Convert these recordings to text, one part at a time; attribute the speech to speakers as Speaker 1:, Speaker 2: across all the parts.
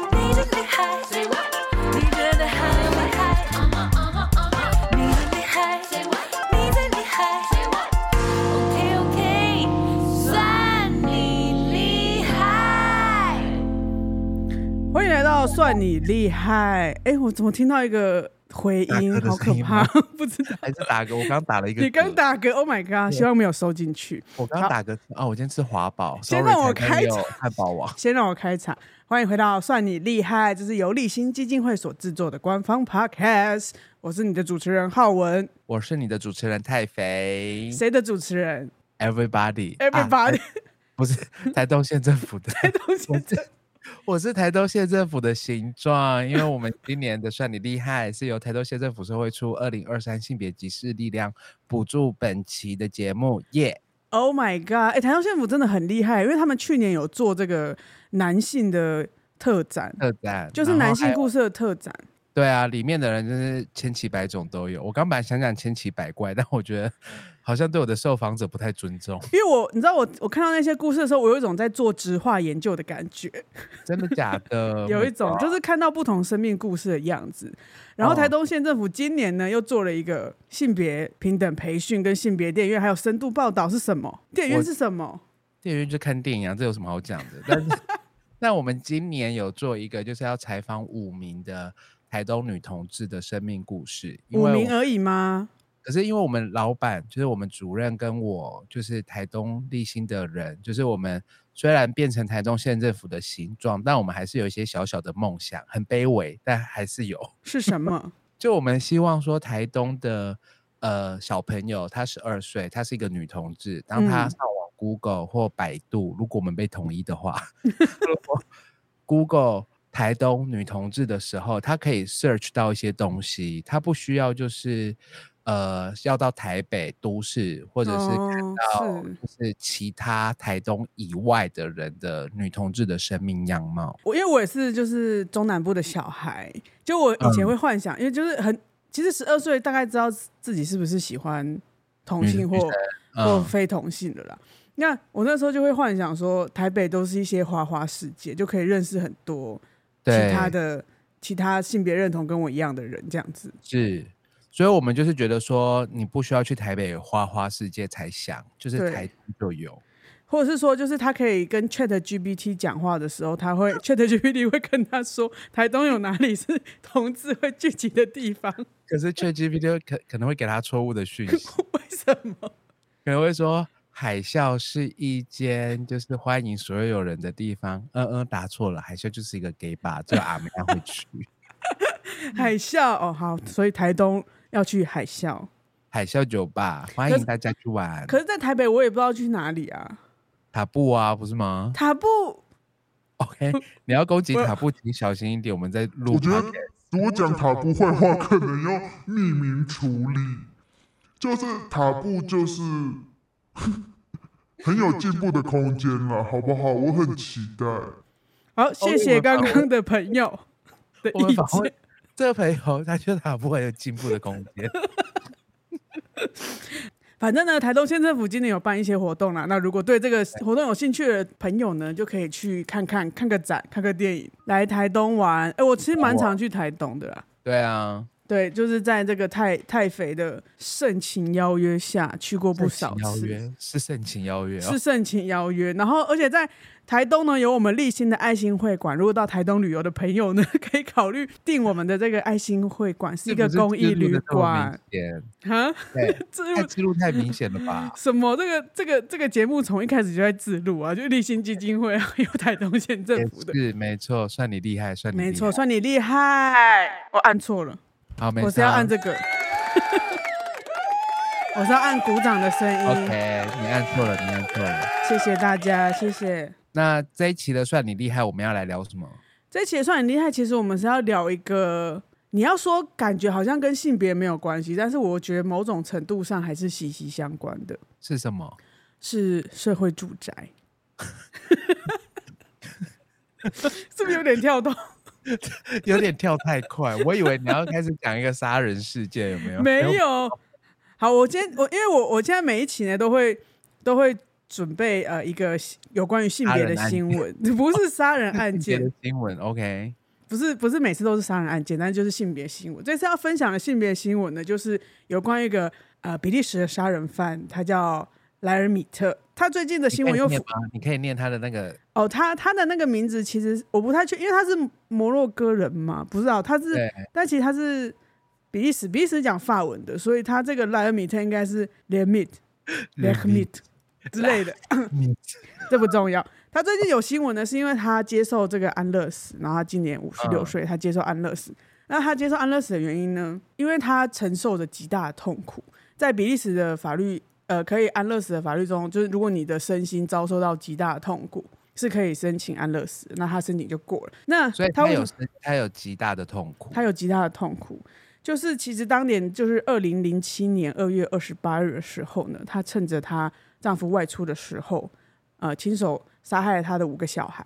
Speaker 1: 害，你真的很厉害，你很厉害，你最厉害。OK OK，算你厉害。
Speaker 2: 欢迎来到算你厉害。哎，我怎么听到一个回音，
Speaker 3: 打嗝的
Speaker 2: 好可
Speaker 3: 声音
Speaker 2: 怕
Speaker 3: 吗，
Speaker 2: 不知道。
Speaker 3: 还是打嗝，我刚打了一个嗝。
Speaker 2: 你刚打嗝，Oh my god！希望没有收进去。
Speaker 3: 我刚打嗝啊！我今天吃华宝，
Speaker 2: 先
Speaker 3: sorry，
Speaker 2: 让我
Speaker 3: 才
Speaker 2: 开
Speaker 3: 没有
Speaker 2: 场
Speaker 3: 汉堡王。
Speaker 2: 先让我开场，欢迎回到《算你厉害》，这是由立新基金会所制作的官方 podcast。我是你的主持人浩文，
Speaker 3: 我是你的主持人太肥
Speaker 2: 谁的主持人
Speaker 3: ，Everybody 啊
Speaker 2: ？Everybody，、
Speaker 3: 台 不是台东县政府的，
Speaker 2: 东县
Speaker 3: 我是我是台东县政府的形状，因为我们今年的算你厉害是由台东县政府社会处二零二三性别歧视力量补助本期的节目耶。
Speaker 2: Oh my god！哎、台东县府真的很厉害，因为他们去年有做这个男性的特展，
Speaker 3: 特展
Speaker 2: 就是
Speaker 3: 然后
Speaker 2: 男
Speaker 3: 还
Speaker 2: 性
Speaker 3: 有
Speaker 2: 故事的特展。
Speaker 3: 对啊，里面的人真是千奇百种都有。我刚本来想讲千奇百怪，但我觉得好像对我的受访者不太尊重。
Speaker 2: 因为我，你知道我，我看到那些故事的时候，我有一种在做植化研究的感觉，
Speaker 3: 真的假 的？
Speaker 2: 有一种就是看到不同生命故事的样子。然后
Speaker 3: 哦
Speaker 2: 台东县政府今年呢又做了一个性别平等培训跟性别电影院，还有深度报道是什么？电影院
Speaker 3: 我
Speaker 2: 是什么？
Speaker 3: 电影院就看电影啊，这有什么好讲的？但是，那我们今年有做一个，就是要采访五名的台东女同志的生命故事。因
Speaker 2: 五
Speaker 3: 为
Speaker 2: 名啊
Speaker 3: 我
Speaker 2: 而已吗？
Speaker 3: 可是因为我们老板就是我们主任跟我，就是台东立新的人，就是我们虽然变成台东县政府的形状，但我们还是有一些小小的梦想，很卑微，但还是有。
Speaker 2: 是什么？
Speaker 3: 就我们希望说，台东的呃小朋友，她十二岁，她是一个女同志，当她
Speaker 2: 嗯
Speaker 3: 上网 Google 或百度，如果我们被统一的 话，如果 Google 台东女同志的时候，她可以 search 到一些东西，她不需要就是呃要到台北都市 或者是
Speaker 2: 哦
Speaker 3: 看到
Speaker 2: 是
Speaker 3: 就是其他台东以外的人的女同志的生命样貌。
Speaker 2: 我因为我也是就是中南部的小孩，就我以前会幻想，因为就是很其实十二岁大概知道自己是不是喜欢同
Speaker 3: 女
Speaker 2: 性或
Speaker 3: 女
Speaker 2: 或
Speaker 3: 嗯
Speaker 2: 非同性的啦。那我那时候就会幻想说，台北都是一些花花世界，就可以认识很多其
Speaker 3: 对
Speaker 2: 他的其他性别认同跟我一样的人，这样子。
Speaker 3: 是，所以我们就是觉得说，你不需要去台北花花世界才想，就是
Speaker 2: 对
Speaker 3: 台东就有。
Speaker 2: 或者是说，就是他可以跟 Chat GPT 讲话的时候，他 会 Chat GPT 会跟他说，台东有哪里是 同志会聚集的地方？
Speaker 3: 可是 ChatGPT 可可能会给他错误的讯 息，
Speaker 2: 为什么？
Speaker 3: 可能会说海啸是一间就是欢迎所有人的地方。嗯嗯，打错了，海啸就是一个 gay bar，只有阿妹会 去。
Speaker 2: 海啸哦，好，所以台东要去海啸。
Speaker 3: 海啸酒吧，欢
Speaker 2: 可
Speaker 3: 迎
Speaker 2: 是
Speaker 3: 大家去玩。
Speaker 2: 可是，在台北我也不知道去哪里啊。
Speaker 3: 塔布啊，不是吗
Speaker 2: 塔布，
Speaker 3: ？OK，你要攻击
Speaker 2: 我
Speaker 3: 塔布，请小心一点，我们在录
Speaker 4: 我觉得
Speaker 3: podcast。
Speaker 4: 如果讲塔布坏话，可能要匿名处理。就是塔布，就是 很有进步的空间了，好不好？我很期待。
Speaker 2: 好，谢谢
Speaker 3: 哦我们
Speaker 2: 刚
Speaker 3: 访问
Speaker 2: 刚的朋友的
Speaker 3: 我
Speaker 2: 意
Speaker 3: 们访问
Speaker 2: 见。
Speaker 3: 这个朋友，他觉得塔布很有进步的空 间。
Speaker 2: 反正呢，台东县政府今年有办一些活动啦。那如果对这个活动有兴趣的朋友呢，就可以去看看，看个展，看个电影，来台东玩。哎、我其实蛮常去台东的啦。
Speaker 3: 对啊，
Speaker 2: 对，就是在这个太太肥的盛情邀约下去过不少
Speaker 3: 邀
Speaker 2: 次。
Speaker 3: 约是盛情邀约哦
Speaker 2: 是，盛情邀约。然后，而且在台东呢，有我们立新的爱心会馆。如果到台东旅游的朋友呢， 可以考虑订我们的这个爱心会馆，是一个
Speaker 3: 这不
Speaker 2: 公
Speaker 3: 是
Speaker 2: 益
Speaker 3: 记录
Speaker 2: 旅
Speaker 3: 得这么明
Speaker 2: 馆。
Speaker 3: 显，
Speaker 2: 哈，
Speaker 3: 对，
Speaker 2: 自
Speaker 3: 太
Speaker 2: 录？
Speaker 3: 记录太明显了吧
Speaker 2: 什么？这个这个这个节目从一开始就在自录啊，就立新基金会啊还有台东县 政
Speaker 3: 也
Speaker 2: 府的。
Speaker 3: 哎是没错，算你厉害，算你
Speaker 2: 没
Speaker 3: 厉
Speaker 2: 错，
Speaker 3: 害
Speaker 2: 算你厉害。我按错了，
Speaker 3: 好，没啊
Speaker 2: 我是要
Speaker 3: 差
Speaker 2: 按这个， 我是要按鼓掌的声音。
Speaker 3: OK，你按错了，你按错了。
Speaker 2: 谢谢大家，谢谢。
Speaker 3: 那这一期的算你厉害，我们要来聊什么？
Speaker 2: 这其实算很厉害。其实我们是要聊一个，你要说感觉好像跟性别没有关系，但是我觉得某种程度上还是息息相关的，
Speaker 3: 是什么？
Speaker 2: 是社会住宅。是不是有点跳动？
Speaker 3: 有点跳太快，我以为你要开始讲一个杀人事件，有没有？
Speaker 2: 没
Speaker 3: 哎我，
Speaker 2: 有。好，我今天我因为我我现在每一期呢都会都会准备呃一个有关于性别的
Speaker 3: 杀人 案
Speaker 2: 新闻，不是杀人案
Speaker 3: 别
Speaker 2: 件
Speaker 3: 的，新闻 OK，
Speaker 2: 不是不是每次都是杀人案件，但就是性别新闻。这次要分享的性别新闻呢，就是有关一个呃比利时的杀人犯，他叫莱尔米特。他最近的新闻又
Speaker 3: 哎你可以念吗？你可以念他的那个
Speaker 2: 哦，他他的那个名字其实我不太确，因为他是摩洛哥人嘛，不知道他是
Speaker 3: 对，
Speaker 2: 但其实他是比利时，比利时讲法文的，所以他这个莱尔米特应该是 Lemit Lemit 之类 的， 这不重要。他最近有新闻呢，是因为他接受这个安乐死，然后他今年五十六
Speaker 3: 嗯
Speaker 2: 岁，他接受安乐死。那他接受安乐死的原因呢？因为他承受着极大的痛苦，在比利时的法律，呃，可以安乐死的法律中，就是如果你的身心遭受到极大的痛苦，是可以申请安乐死。那他申请就过了。那
Speaker 3: 所以
Speaker 2: 他
Speaker 3: 他
Speaker 2: 为什
Speaker 3: 有
Speaker 2: 么
Speaker 3: 他有极大的痛苦，
Speaker 2: 他有极大的痛苦。就是其实当年就是二零零七年二月二十八日的时候呢，她趁着她丈夫外出的时候，呃，亲手杀害了她的五个小孩，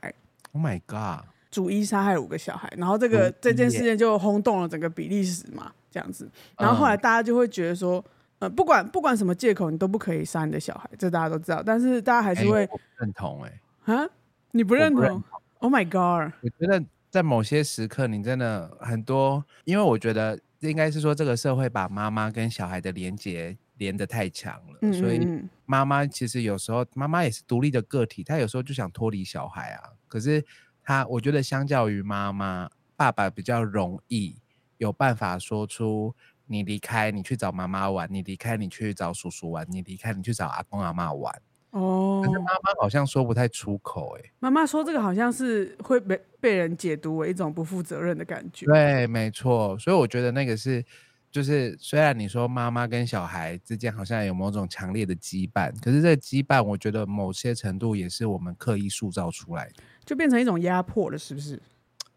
Speaker 3: Oh my god！
Speaker 2: 逐一杀害五个小孩，然后这个
Speaker 3: 哦逐一
Speaker 2: 这件事
Speaker 3: 耶
Speaker 2: 件就轰动了整个比利时嘛，这样子。
Speaker 3: 啊
Speaker 2: 然后后来大家就会觉得说，呃，不管不管什么借口，你都不可以杀你的小孩，这大家都知道。但是大家还
Speaker 3: 还
Speaker 2: 是会
Speaker 3: 认同哎、
Speaker 2: 啊，你不认
Speaker 3: 我不认
Speaker 2: 同？Oh my god！
Speaker 3: 我觉得在某些时刻，你真的很多，因为我觉得应该是说这个社会把妈妈跟小孩的连结连得太强了，
Speaker 2: 嗯
Speaker 3: 所以
Speaker 2: 嗯嗯
Speaker 3: 妈妈其实有时候妈妈也是独立的个体，她有时候就想脱离小孩啊。可是她，我觉得相较于妈妈，爸爸比较容易有办法说出。你离开，你去找妈妈玩；你离开，你去找叔叔玩；你离开，你去找阿公阿妈玩。
Speaker 2: 哦
Speaker 3: 可，是妈妈好像说不太出口、欸，哎，
Speaker 2: 妈妈说这个好像是会被被人解读为一种不负责任的感觉。
Speaker 3: 对，没错。所以我觉得那个是，就是虽然你说妈妈跟小孩之间好像有某种强烈的羁绊，可是这个羁绊，我觉得某些程度也是我们刻意塑造出来的。
Speaker 2: 就变成一种压迫了，是不是？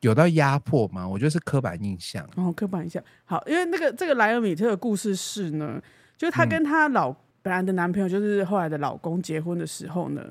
Speaker 3: 有到压迫吗？我觉得是刻板印象。啊
Speaker 2: 然后哦刻板印象，好，因为那个这个莱尔米特的故事是呢，就是她
Speaker 3: 嗯
Speaker 2: 跟她老、本来的男朋友，就是后来的老公结婚的时候呢，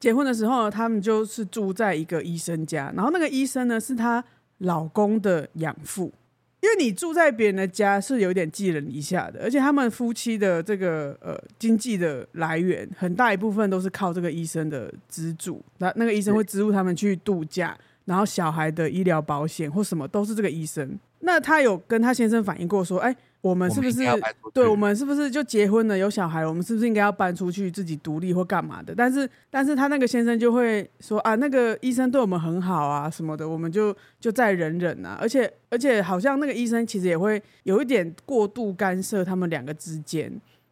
Speaker 2: 结婚的时候呢他们就是住在一个医生家，然后那个医生呢是她老公的养父，因为你住在别人的家是有点寄人篱下的，而且他们夫妻的这个呃经济的来源很大一部分都是靠这个医生的资助，那那个医生会资助他们去度假，然后小孩的医疗保险或什么都是这个医生。那她有跟她先生反映过说，哎、我们
Speaker 3: 我
Speaker 2: 是
Speaker 3: 们
Speaker 2: 不
Speaker 3: 应该
Speaker 2: 是
Speaker 3: 要搬出
Speaker 2: 对
Speaker 3: 去
Speaker 2: 我们是不是就结婚了有小孩，我们是不是应该要搬出去自己独立或干嘛的？但是但是她那个先生就会说啊，那个医生对我们很好啊什么的，我们就就再忍忍啊。而且而且好像那个医生其实也会有一点过度干涉他们两个之间，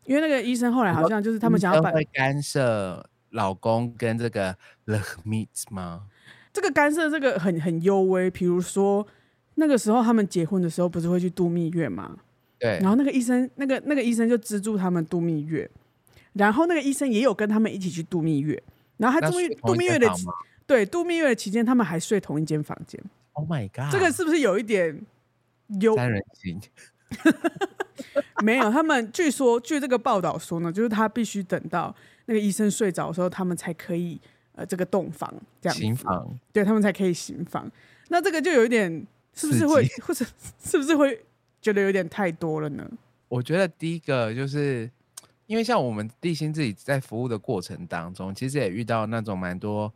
Speaker 2: 因为那个医生后来好像就是他们想要
Speaker 3: 医
Speaker 2: 把
Speaker 3: 生会干涉老公跟这个 the meat 吗？
Speaker 2: 这个干涉这个很很幽微，比如说那个时候他们结婚的时候不是会去度蜜月吗？
Speaker 3: 对
Speaker 2: 然，后那个医生，那个那个医生就资助他们度蜜月，然后那个医生也有跟他们一起去度蜜月，然后他
Speaker 3: 那
Speaker 2: 度蜜
Speaker 3: 睡同
Speaker 2: 度
Speaker 3: 一
Speaker 2: 蜜
Speaker 3: 间
Speaker 2: 月的
Speaker 3: 房
Speaker 2: 期
Speaker 3: 吗
Speaker 2: 对度蜜月的期间，他们还睡同一间房间，
Speaker 3: ，Oh my god，
Speaker 2: 这个是不是有一点有
Speaker 3: 三人行，
Speaker 2: 没有？他们据说据这个报道说呢，就是他必须等到那个医生睡着的时候，他们才可以呃这个洞房这样
Speaker 3: 行
Speaker 2: 子
Speaker 3: 房，
Speaker 2: 对他们才可以行房。那这个就有一点是不
Speaker 3: 刺
Speaker 2: 是会
Speaker 3: 激
Speaker 2: 或者是不是会觉得有点太多了呢？
Speaker 3: 我觉得第一个就是，因为像我们立新自己在服务的过程当中，其实也遇到那种蛮多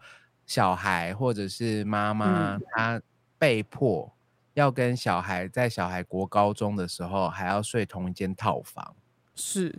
Speaker 3: 小孩或者是妈妈，她被迫要跟小孩在小孩国高中的时候还要睡同一间套房，
Speaker 2: 是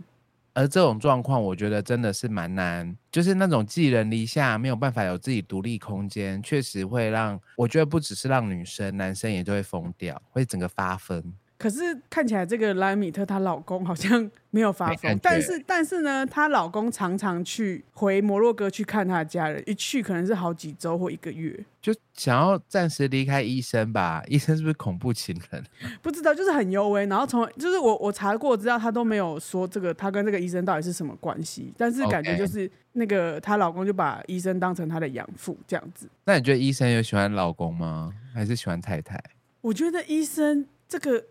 Speaker 3: 而这种状况，我觉得真的是蛮难，就是那种寄人篱下，没有办法有自己独立空间，确实会让我觉得不只是让女生，男生也都会疯掉，会整个发疯。
Speaker 2: 可是看起来这个莱米特她老公好像没有发
Speaker 3: 没感
Speaker 2: 疯
Speaker 3: 觉，
Speaker 2: 但是但是呢，她老公常常去回摩洛哥去看她的家人，一去可能是好几周或一个月，
Speaker 3: 就想要暂时离开医生吧，医生是不是恐怖情人？
Speaker 2: 不知道就是很幽微。然后从就是我我查过知道她都没有说这个她跟这个医生到底是什么关系，但是感觉
Speaker 3: OK
Speaker 2: 就是那个她老公就把医生当成她的养父这样子。
Speaker 3: 那你觉得医生有喜欢老公吗？还是喜欢太太？
Speaker 2: 我觉得医生这个。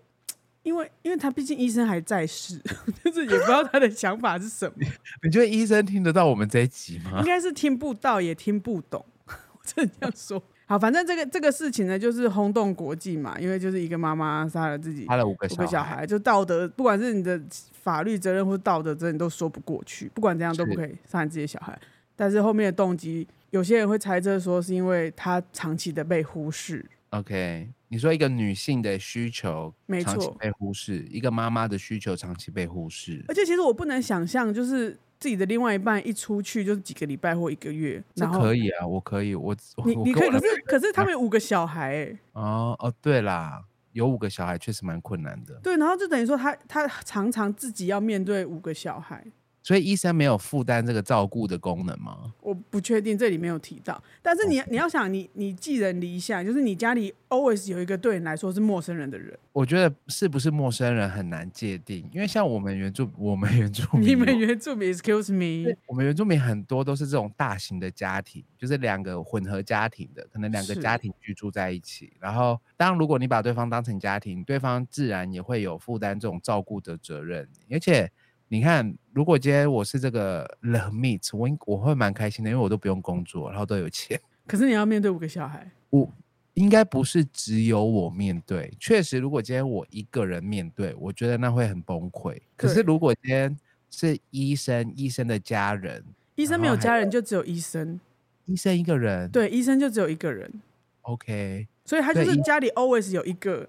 Speaker 2: 因为，因为他毕竟医生还在世， 就是也不知道他的想法是什么。
Speaker 3: 你觉得医生听得到我们这一集吗
Speaker 2: 应？该是听不到也听不懂， 我真的这样说。好，反正这个这个事情呢，就是轰动国际嘛，因为就是一个妈妈杀了自己
Speaker 3: 他了五个
Speaker 2: 五
Speaker 3: 小
Speaker 2: 个
Speaker 3: 孩，
Speaker 2: 小孩，就道德，不管是你的法律责任或道德责任都说不过去，不管怎样都
Speaker 3: 是
Speaker 2: 不可以杀你自己的小孩。但是后面的动机，有些人会猜测说是因为他长期的被忽视，
Speaker 3: OK，你说一个女性的需求
Speaker 2: 没
Speaker 3: 长期
Speaker 2: 错
Speaker 3: 被忽视，一个妈妈的需求长期被忽视，
Speaker 2: 而且其实我不能想象，就是自己的另外一半一出去就是几个礼拜或一个月，
Speaker 3: 这
Speaker 2: 然后
Speaker 3: 可以啊，我可以，我我
Speaker 2: 你
Speaker 3: 我
Speaker 2: 你
Speaker 3: 跟
Speaker 2: 可以，
Speaker 3: 我
Speaker 2: 可
Speaker 3: 的
Speaker 2: 是可是他们有五个小孩、欸，
Speaker 3: 哦哦，对啦，有五个小孩确实蛮困难的，
Speaker 2: 对，然后就等于说他他常常自己要面对五个小孩，
Speaker 3: 所以医生没有负担这个照顾的功能吗？
Speaker 2: 我不确定这里没有提到，但是你
Speaker 3: 哦
Speaker 2: 你要想你你寄人篱下，就是你家里 always 有一个对你来说是陌生人的人，
Speaker 3: 我觉得是不是陌生人很难界定，因为像我们原住我们原住 民
Speaker 2: 你
Speaker 3: 有，
Speaker 2: 们原住民，excuse me，
Speaker 3: 哦对我们原住民很多都是这种大型的家庭，就是两个混合家庭的，可能两个
Speaker 2: 是
Speaker 3: 家庭居住在一起。然后，当然如果你把对方当成家庭，对方自然也会有负担这种照顾的责任。而且，你看，如果今天我是这个 love meet，我应我会蛮开心的，因为我都不用工作，然后都有钱。
Speaker 2: 可是你要面对五个小孩，
Speaker 3: 我应该不是只有我面对，确实，如果今天我一个人面对，我觉得那会很崩溃。可是
Speaker 2: 对
Speaker 3: 如果今天是医生，医生的家人。
Speaker 2: 医生没有
Speaker 3: 然后还
Speaker 2: 家人就只有医生，
Speaker 3: 医生一个人，
Speaker 2: 对，医生就只有一个人，
Speaker 3: ，OK，
Speaker 2: 所以他就
Speaker 3: 对
Speaker 2: 是
Speaker 3: 医
Speaker 2: 家里 always 有一个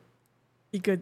Speaker 2: 一个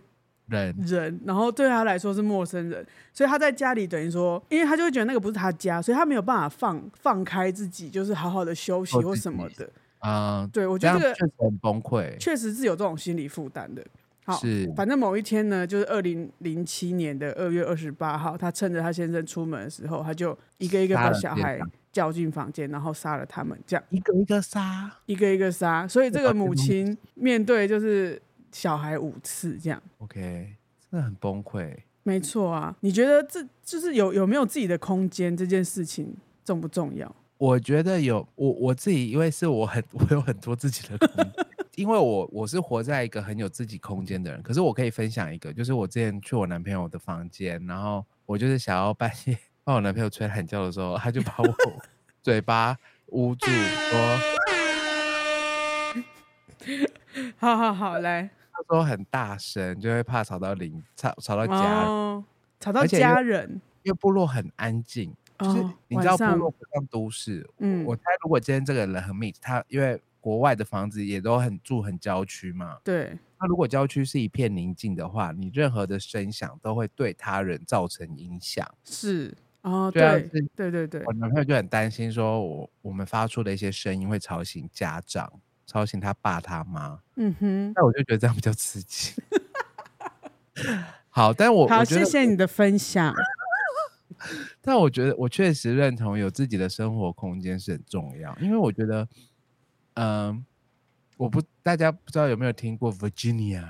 Speaker 3: 人
Speaker 2: 人，然后对他来说是陌生人，所以他在家里等于说，因为他就会觉得那个不是他家，所以他没有办法放放开自己，就是好好的休息
Speaker 3: 做
Speaker 2: 或
Speaker 3: 哦自
Speaker 2: 什么
Speaker 3: 己
Speaker 2: 的。
Speaker 3: 啊、
Speaker 2: 对嗯我
Speaker 3: 这
Speaker 2: 觉
Speaker 3: 样
Speaker 2: 得这个
Speaker 3: 确实很崩溃。
Speaker 2: 确实是有这种心理负担的。好，
Speaker 3: 是
Speaker 2: 反正某一天呢，就是二零零七年的二月二十八号，他趁着他先生出门的时候，他就一个一个
Speaker 3: 杀
Speaker 2: 把
Speaker 3: 了
Speaker 2: 小
Speaker 3: 别
Speaker 2: 孩
Speaker 3: 人
Speaker 2: 叫进房间，然后杀了他们，这样
Speaker 3: 一个一个杀，
Speaker 2: 一个一个杀。所以这
Speaker 3: 把
Speaker 2: 个
Speaker 3: 这个
Speaker 2: 母
Speaker 3: 弄死
Speaker 2: 亲面对就是小孩五次这样。
Speaker 3: ，OK，真的很崩溃。
Speaker 2: 没错啊，你觉得这就是有有没有自己的空间这件事情重不重要？
Speaker 3: 我觉得有我我自己，因为是我很 我有很多自己的空间，因为我我是活在一个很有自己空间的人。可是我可以分享一个，就是我之前去我男朋友的房间，然后我就是想要半夜帮我男朋友吹懒觉的时候，他就把我嘴巴捂住，说
Speaker 2: 好好好，来，
Speaker 3: 他说很大声，就会怕吵到邻吵吵到家人。
Speaker 2: 哦，吵到
Speaker 3: 而且因为
Speaker 2: 家人，
Speaker 3: 因为部落很安静，就是
Speaker 2: 哦，
Speaker 3: 你知道
Speaker 2: 晚
Speaker 3: 部
Speaker 2: 上
Speaker 3: 落，不像都市。
Speaker 2: 嗯
Speaker 3: 我猜如果今天这个人很密，他因为国外的房子也都很住很郊区嘛，
Speaker 2: 对，
Speaker 3: 那如果郊区是一片宁静的话，你任何的声响都会对他人造成影响。
Speaker 2: 是，哦，
Speaker 3: 对啊
Speaker 2: 对
Speaker 3: 是，
Speaker 2: 对对对
Speaker 3: 我，男朋友就很担心，说我我们发出的一些声音会吵醒家长，吵醒他爸他妈。
Speaker 2: 嗯哼，
Speaker 3: 那我就觉得这样比较刺激。 好，但我
Speaker 2: 好，
Speaker 3: 我觉
Speaker 2: 谢
Speaker 3: 得
Speaker 2: 谢你的分享，
Speaker 3: 但我觉得我确实认同有自己的生活空间是很重要，因为我觉得，嗯、我不大家不知道有没有听过 Virginia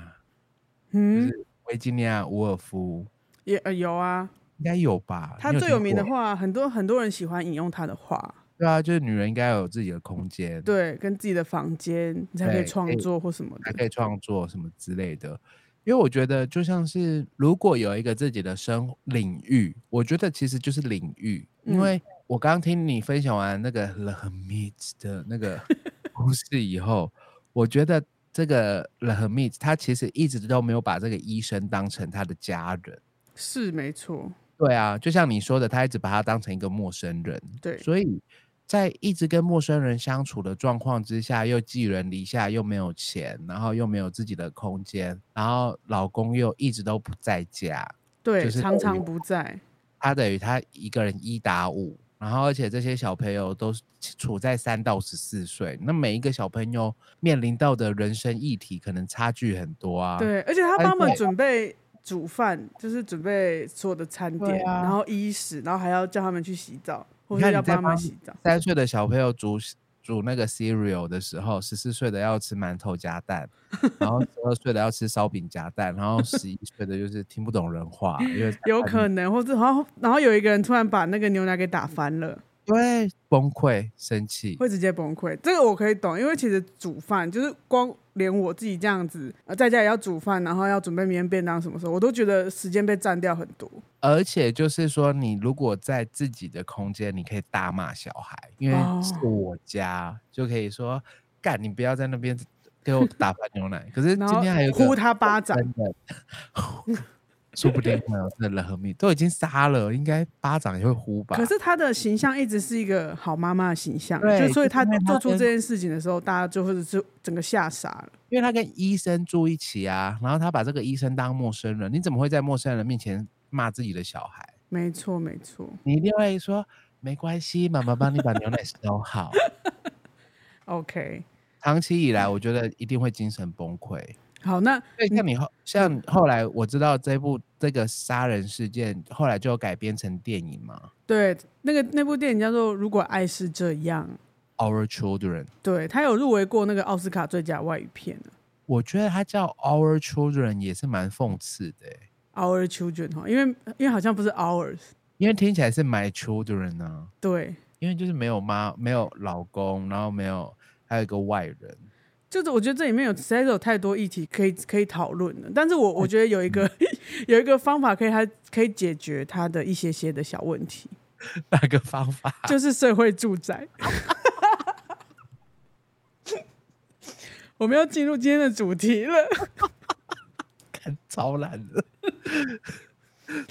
Speaker 2: 嗯，
Speaker 3: 维吉尼亚伍尔夫，
Speaker 2: 也呃有啊，
Speaker 3: 应该有吧？
Speaker 2: 他
Speaker 3: 啊你
Speaker 2: 最有
Speaker 3: 听
Speaker 2: 名的
Speaker 3: 过
Speaker 2: 话，很多很多人喜欢引用他的话，
Speaker 3: 对啊，就是女人应该要有自己的空间，，
Speaker 2: 对，跟自己的房间，你才可以
Speaker 3: 对可
Speaker 2: 创
Speaker 3: 以
Speaker 2: 作或什么
Speaker 3: 还可
Speaker 2: 的，
Speaker 3: 以创作什么之类的。因为我觉得，就像是如果有一个自己的生领域，我觉得其实就是领域。
Speaker 2: 嗯
Speaker 3: 因为我刚听你分享完那个 The Meat 的那个故事以后，我觉得这个 The Meat 他其实一直都没有把这个医生当成他的家人。
Speaker 2: 是没错，
Speaker 3: 对啊，就像你说的，他一直把他当成一个陌生人，
Speaker 2: 对
Speaker 3: 所以在一直跟陌生人相处的状况之下，又寄人篱下，又没有钱，然后又没有自己的空间，然后老公又一直都不在家，
Speaker 2: 对，
Speaker 3: 就是
Speaker 2: 常
Speaker 3: 都
Speaker 2: 常
Speaker 3: 有
Speaker 2: 不在，
Speaker 3: 他等于他一个人一打五，然后而且这些小朋友都是处在三到十四岁，那每一个小朋友面临到的人生议题可能差距很多啊，
Speaker 2: 对，而且他
Speaker 3: 但
Speaker 2: 帮我们
Speaker 3: 是
Speaker 2: 准备煮饭，就是准备所有的餐
Speaker 3: 对
Speaker 2: 点，
Speaker 3: 啊
Speaker 2: 然后衣食，然后还要叫他们去洗澡，或者
Speaker 3: 你看
Speaker 2: 要
Speaker 3: 你在
Speaker 2: 帮他们
Speaker 3: 帮
Speaker 2: 洗澡。
Speaker 3: 三岁的小朋友煮煮那个 cereal 的时候，十四岁的要吃馒头加蛋，然后十二岁的要吃烧饼加蛋，然后十一岁的就是听不懂人话，因为
Speaker 2: 有可能，或者然后然后有一个人突然把那个牛奶给打翻了，
Speaker 3: 因为崩溃生气。
Speaker 2: 会直接崩溃。这个我可以懂，因为其实煮饭就是光连我自己这样子，呃，在家也要煮饭，然后要准备明天便当什么时候，我都觉得时间被占掉很多。
Speaker 3: 而且就是说，你如果在自己的空间，你可以大骂小孩，因为是
Speaker 2: 哦
Speaker 3: 我家，就可以说干你不要在那边给我打翻牛奶。可是
Speaker 2: 然
Speaker 3: 今
Speaker 2: 后
Speaker 3: 天还有一个
Speaker 2: 呼他巴掌
Speaker 3: 真的 说不定会有真的人和蜜，都已经杀了，应该巴掌也会呼吧？
Speaker 2: 可是她的形象一直是一个好妈妈的形象，
Speaker 3: 对
Speaker 2: 就所以
Speaker 3: 就是
Speaker 2: 她
Speaker 3: 因为她
Speaker 2: 做出
Speaker 3: 跟
Speaker 2: 这件事情的时候，大家就会是整个吓傻了。
Speaker 3: 因为他跟医生住一起啊，然后他把这个医生当陌生人，你怎么会在陌生人面前骂自己的小孩？
Speaker 2: 没错，没错。
Speaker 3: 你一定会说没关系，妈妈帮你把牛奶 收好。
Speaker 2: OK，
Speaker 3: 长期以来，我觉得一定会精神崩溃。
Speaker 2: 好，那
Speaker 3: 对，像你后像后来我知道这部这个杀人事件后来就有改编成电影嘛，
Speaker 2: 对那个那部电影叫做《如果爱是这样》，
Speaker 3: 《Our Children》，
Speaker 2: 对，他有入围过那个奥斯卡最佳外语片呢
Speaker 3: 我觉得它叫《Our Children》也是蛮讽刺的欸、
Speaker 2: Our Children 哈，因为因为好像不是 Ours，
Speaker 3: 因为听起来是 My Children 啊，
Speaker 2: 对，
Speaker 3: 因为就是没有妈，没有老公，然后没有还有一个外人。
Speaker 2: 就是我觉得这里面有实在是有太多议题可以可以讨论的，但是
Speaker 3: 哎
Speaker 2: 我我觉得有一个
Speaker 3: 嗯
Speaker 2: 有一个方法可以它可以解决它的一些些的小问题，
Speaker 3: 那个方法？
Speaker 2: 就是社会住宅。 我们要进入今天的主题了，
Speaker 3: 看超烂的，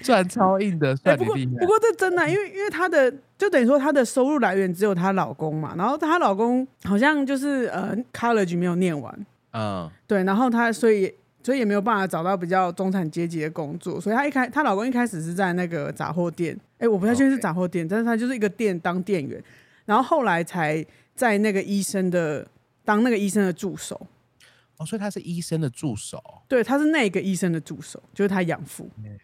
Speaker 3: 赚超硬的，
Speaker 2: 哎、
Speaker 3: 算
Speaker 2: 不
Speaker 3: 你
Speaker 2: 过
Speaker 3: 厉
Speaker 2: 不
Speaker 3: 害。
Speaker 2: 过这真的啊、因为因为她的就等于说她的收入来源只有她老公嘛，然后她老公好像就是呃 college 没有念完，
Speaker 3: 嗯，
Speaker 2: 对，然后她所以所以也没有办法找到比较中产阶级的工作，所以她一开她老公一开始是在那个杂货店，哎，我不太确定是
Speaker 3: OK
Speaker 2: 杂货店但是他就是一个店当店员，然后后来才在那个医生的当那个医生的助手，
Speaker 3: 哦，所以他是医生的助手，
Speaker 2: 对，他是那个医生的助手，就是他养父，
Speaker 3: 嗯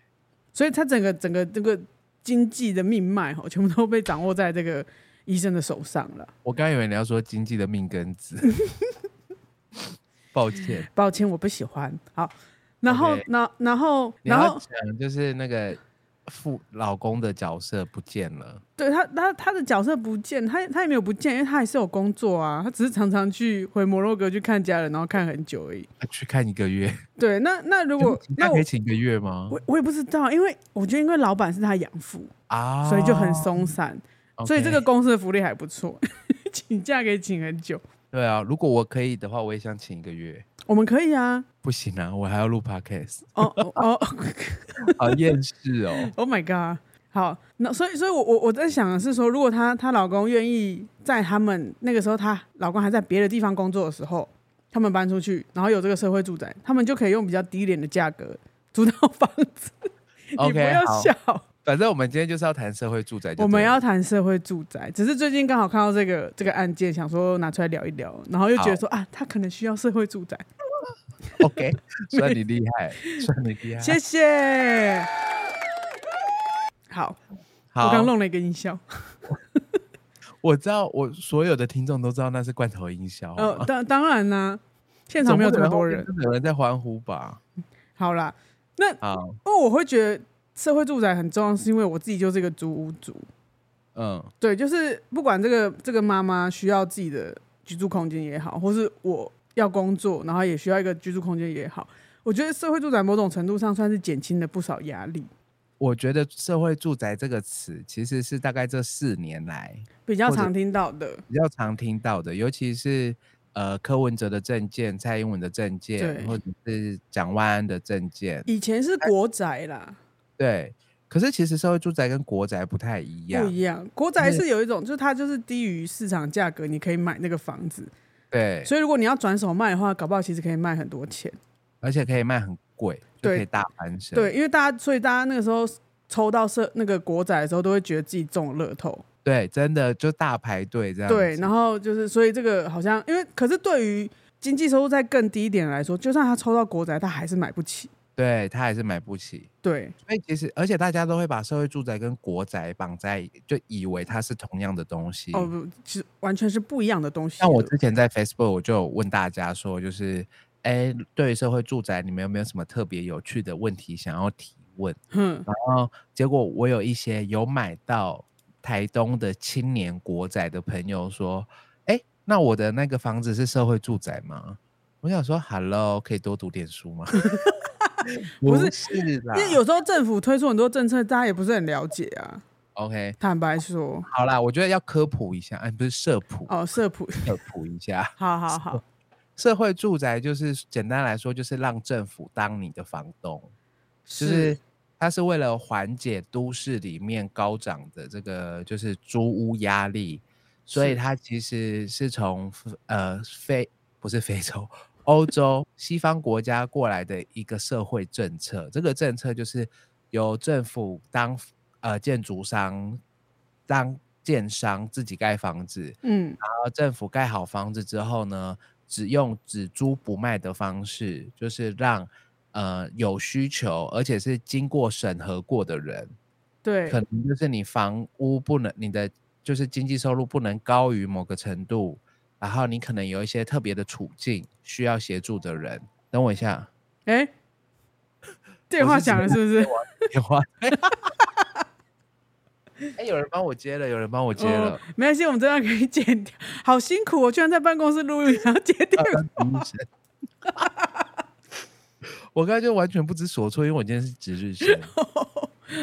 Speaker 2: 所以他整个整个这个经济的命脉哈，全部都被掌握在这个医生的手上了。
Speaker 3: 我刚以为你要说经济的命根子， 抱歉。
Speaker 2: 抱歉，我不喜欢。好，然后
Speaker 3: OK
Speaker 2: 那然后
Speaker 3: 你
Speaker 2: 然后
Speaker 3: 要讲就是那个父老公的角色不见了，
Speaker 2: 对他，他他的角色不见，他他也没有不见，因为他还是有工作啊，他只是常常去回摩洛哥去看家人，然后看很久而已。
Speaker 3: 去看一个月，
Speaker 2: 对，那那如果
Speaker 3: 请假
Speaker 2: 那我
Speaker 3: 可以请一个月吗？
Speaker 2: 我我也不知道，因为我觉得因为老板是他养父，
Speaker 3: 啊，
Speaker 2: 所以就很松散，所以这个
Speaker 3: 哦 OK
Speaker 2: 公司的福利还不错， 请假可以请很久。
Speaker 3: 对啊，如果我可以的话，我也想请一个月。
Speaker 2: 我们可以啊，
Speaker 3: 不行啊，我还要录 podcast，
Speaker 2: 哦哦哦
Speaker 3: 好厌世哦。
Speaker 2: ，Oh my god！好，那所以所以我我我在想的是说，如果她她老公愿意在他们那个时候，她老公还在别的地方工作的时候，他们搬出去，然后有这个社会住宅，他们就可以用比较低廉的价格租到房子。你不
Speaker 3: OK，
Speaker 2: 要
Speaker 3: 好
Speaker 2: 笑，
Speaker 3: 反正我们今天就是要谈社会住宅就对了，
Speaker 2: 我们要谈社会住宅，只是最近刚好看到这个这个案件，想说拿出来聊一聊，然后又觉得
Speaker 3: 好
Speaker 2: 说啊，他可能需要社会住 宅。
Speaker 3: OK，算你厉害，算你厉害。
Speaker 2: 谢谢。好，我
Speaker 3: 好，
Speaker 2: 刚弄了一个音效。
Speaker 3: 我知道，我所有的听众都知道那是罐头音效。好
Speaker 2: 呃，
Speaker 3: 吗
Speaker 2: 当当然啦、现场没有这么多，人
Speaker 3: 哦总。不可能后面真的有人在欢呼吧？
Speaker 2: 好啦，
Speaker 3: 好，
Speaker 2: 因为我会觉得社会住宅很重要，是因为我自己就是一个租屋族。
Speaker 3: 嗯，
Speaker 2: 对，就是不管这个这个妈妈需要自己的居住空间也好，或是我要工作，然后也需要一个居住空间也好，我觉得社会住宅某种程度上算是减轻了不少压力，
Speaker 3: 我觉得“社会住宅”这个词其实是大概这四年来
Speaker 2: 比较
Speaker 3: 或者
Speaker 2: 常听到的。
Speaker 3: 比较常听到的，尤其是呃柯文哲的政见、蔡英文的政
Speaker 2: 对
Speaker 3: 见，或者是蒋万安的政见，
Speaker 2: 以前是国宅啦，
Speaker 3: 对。可是其实社会住宅跟国宅不太一样
Speaker 2: 不，一样。国宅
Speaker 3: 就是
Speaker 2: 是有一种，就是它就是低于市场价格，你可以买那个房子。
Speaker 3: 对，
Speaker 2: 所以如果你要转手卖的话，搞不好其实可以卖很多钱。
Speaker 3: 而且可以卖很贵，就可
Speaker 2: 对
Speaker 3: 以大翻身。
Speaker 2: 对，因为大家，所以大家那个时候抽到社那个国仔的时候，都会觉得自己中了乐透。
Speaker 3: 对，真的就大排队这样子。
Speaker 2: 对，然后就是，所以这个好像，因为可是对于经济收入在更低一点的来说，就算他抽到国仔，他还是买不起。
Speaker 3: 对他还是买不起。
Speaker 2: 对，
Speaker 3: 所以其实，而且大家都会把社会住宅跟国宅绑在，就以为它是同样的东西。
Speaker 2: 哦不，其实完全是不一样的东西的。
Speaker 3: 像我之前在 Facebook 我就有问大家说，就是哎，对于社会住宅，你们有没有什么特别有趣的问题想要提问？
Speaker 2: 哼，
Speaker 3: 然后结果我有一些有买到台东的青年国宅的朋友说，哎，那我的那个房子是社会住宅吗？我想说，Hello，可以多读点书吗？
Speaker 2: 不是
Speaker 3: 是啦
Speaker 2: 因为有时候政府推出很多政策，大家也不是很了解啊。
Speaker 3: ，OK，
Speaker 2: 坦白说，
Speaker 3: 好啦，我觉得要科普一下，哎，不是社普，
Speaker 2: 哦，社普，
Speaker 3: 科普一下。
Speaker 2: 好好好，
Speaker 3: 社会住宅就是简单来说，就是让政府当你的房东，就是它是为了缓解都市里面高涨的这个就是租屋压力，所以它其实是从呃非不是非洲。欧洲西方国家过来的一个社会政策，这个政策就是由政府当呃建筑商当建商自己盖房子，
Speaker 2: 嗯，
Speaker 3: 然后政府盖好房子之后呢，只用只租不卖的方式，就是让呃有需求，而且是经过审核过的人，
Speaker 2: 对
Speaker 3: 可，能就是你房屋不能，你的就是经济收入不能高于某个程度，然后你可能有一些特别的处境需要协助的人。等我一下，
Speaker 2: 哎、 电话响了是不是？
Speaker 3: 电话。 哎，有人帮我接了，有人帮我接了
Speaker 2: 哦。，没关系，我们这段可以剪掉。好辛苦、哦，我居然在办公室录音，然后接电 话。
Speaker 3: 我刚才就完全不知所措，因为我今天是值 日生。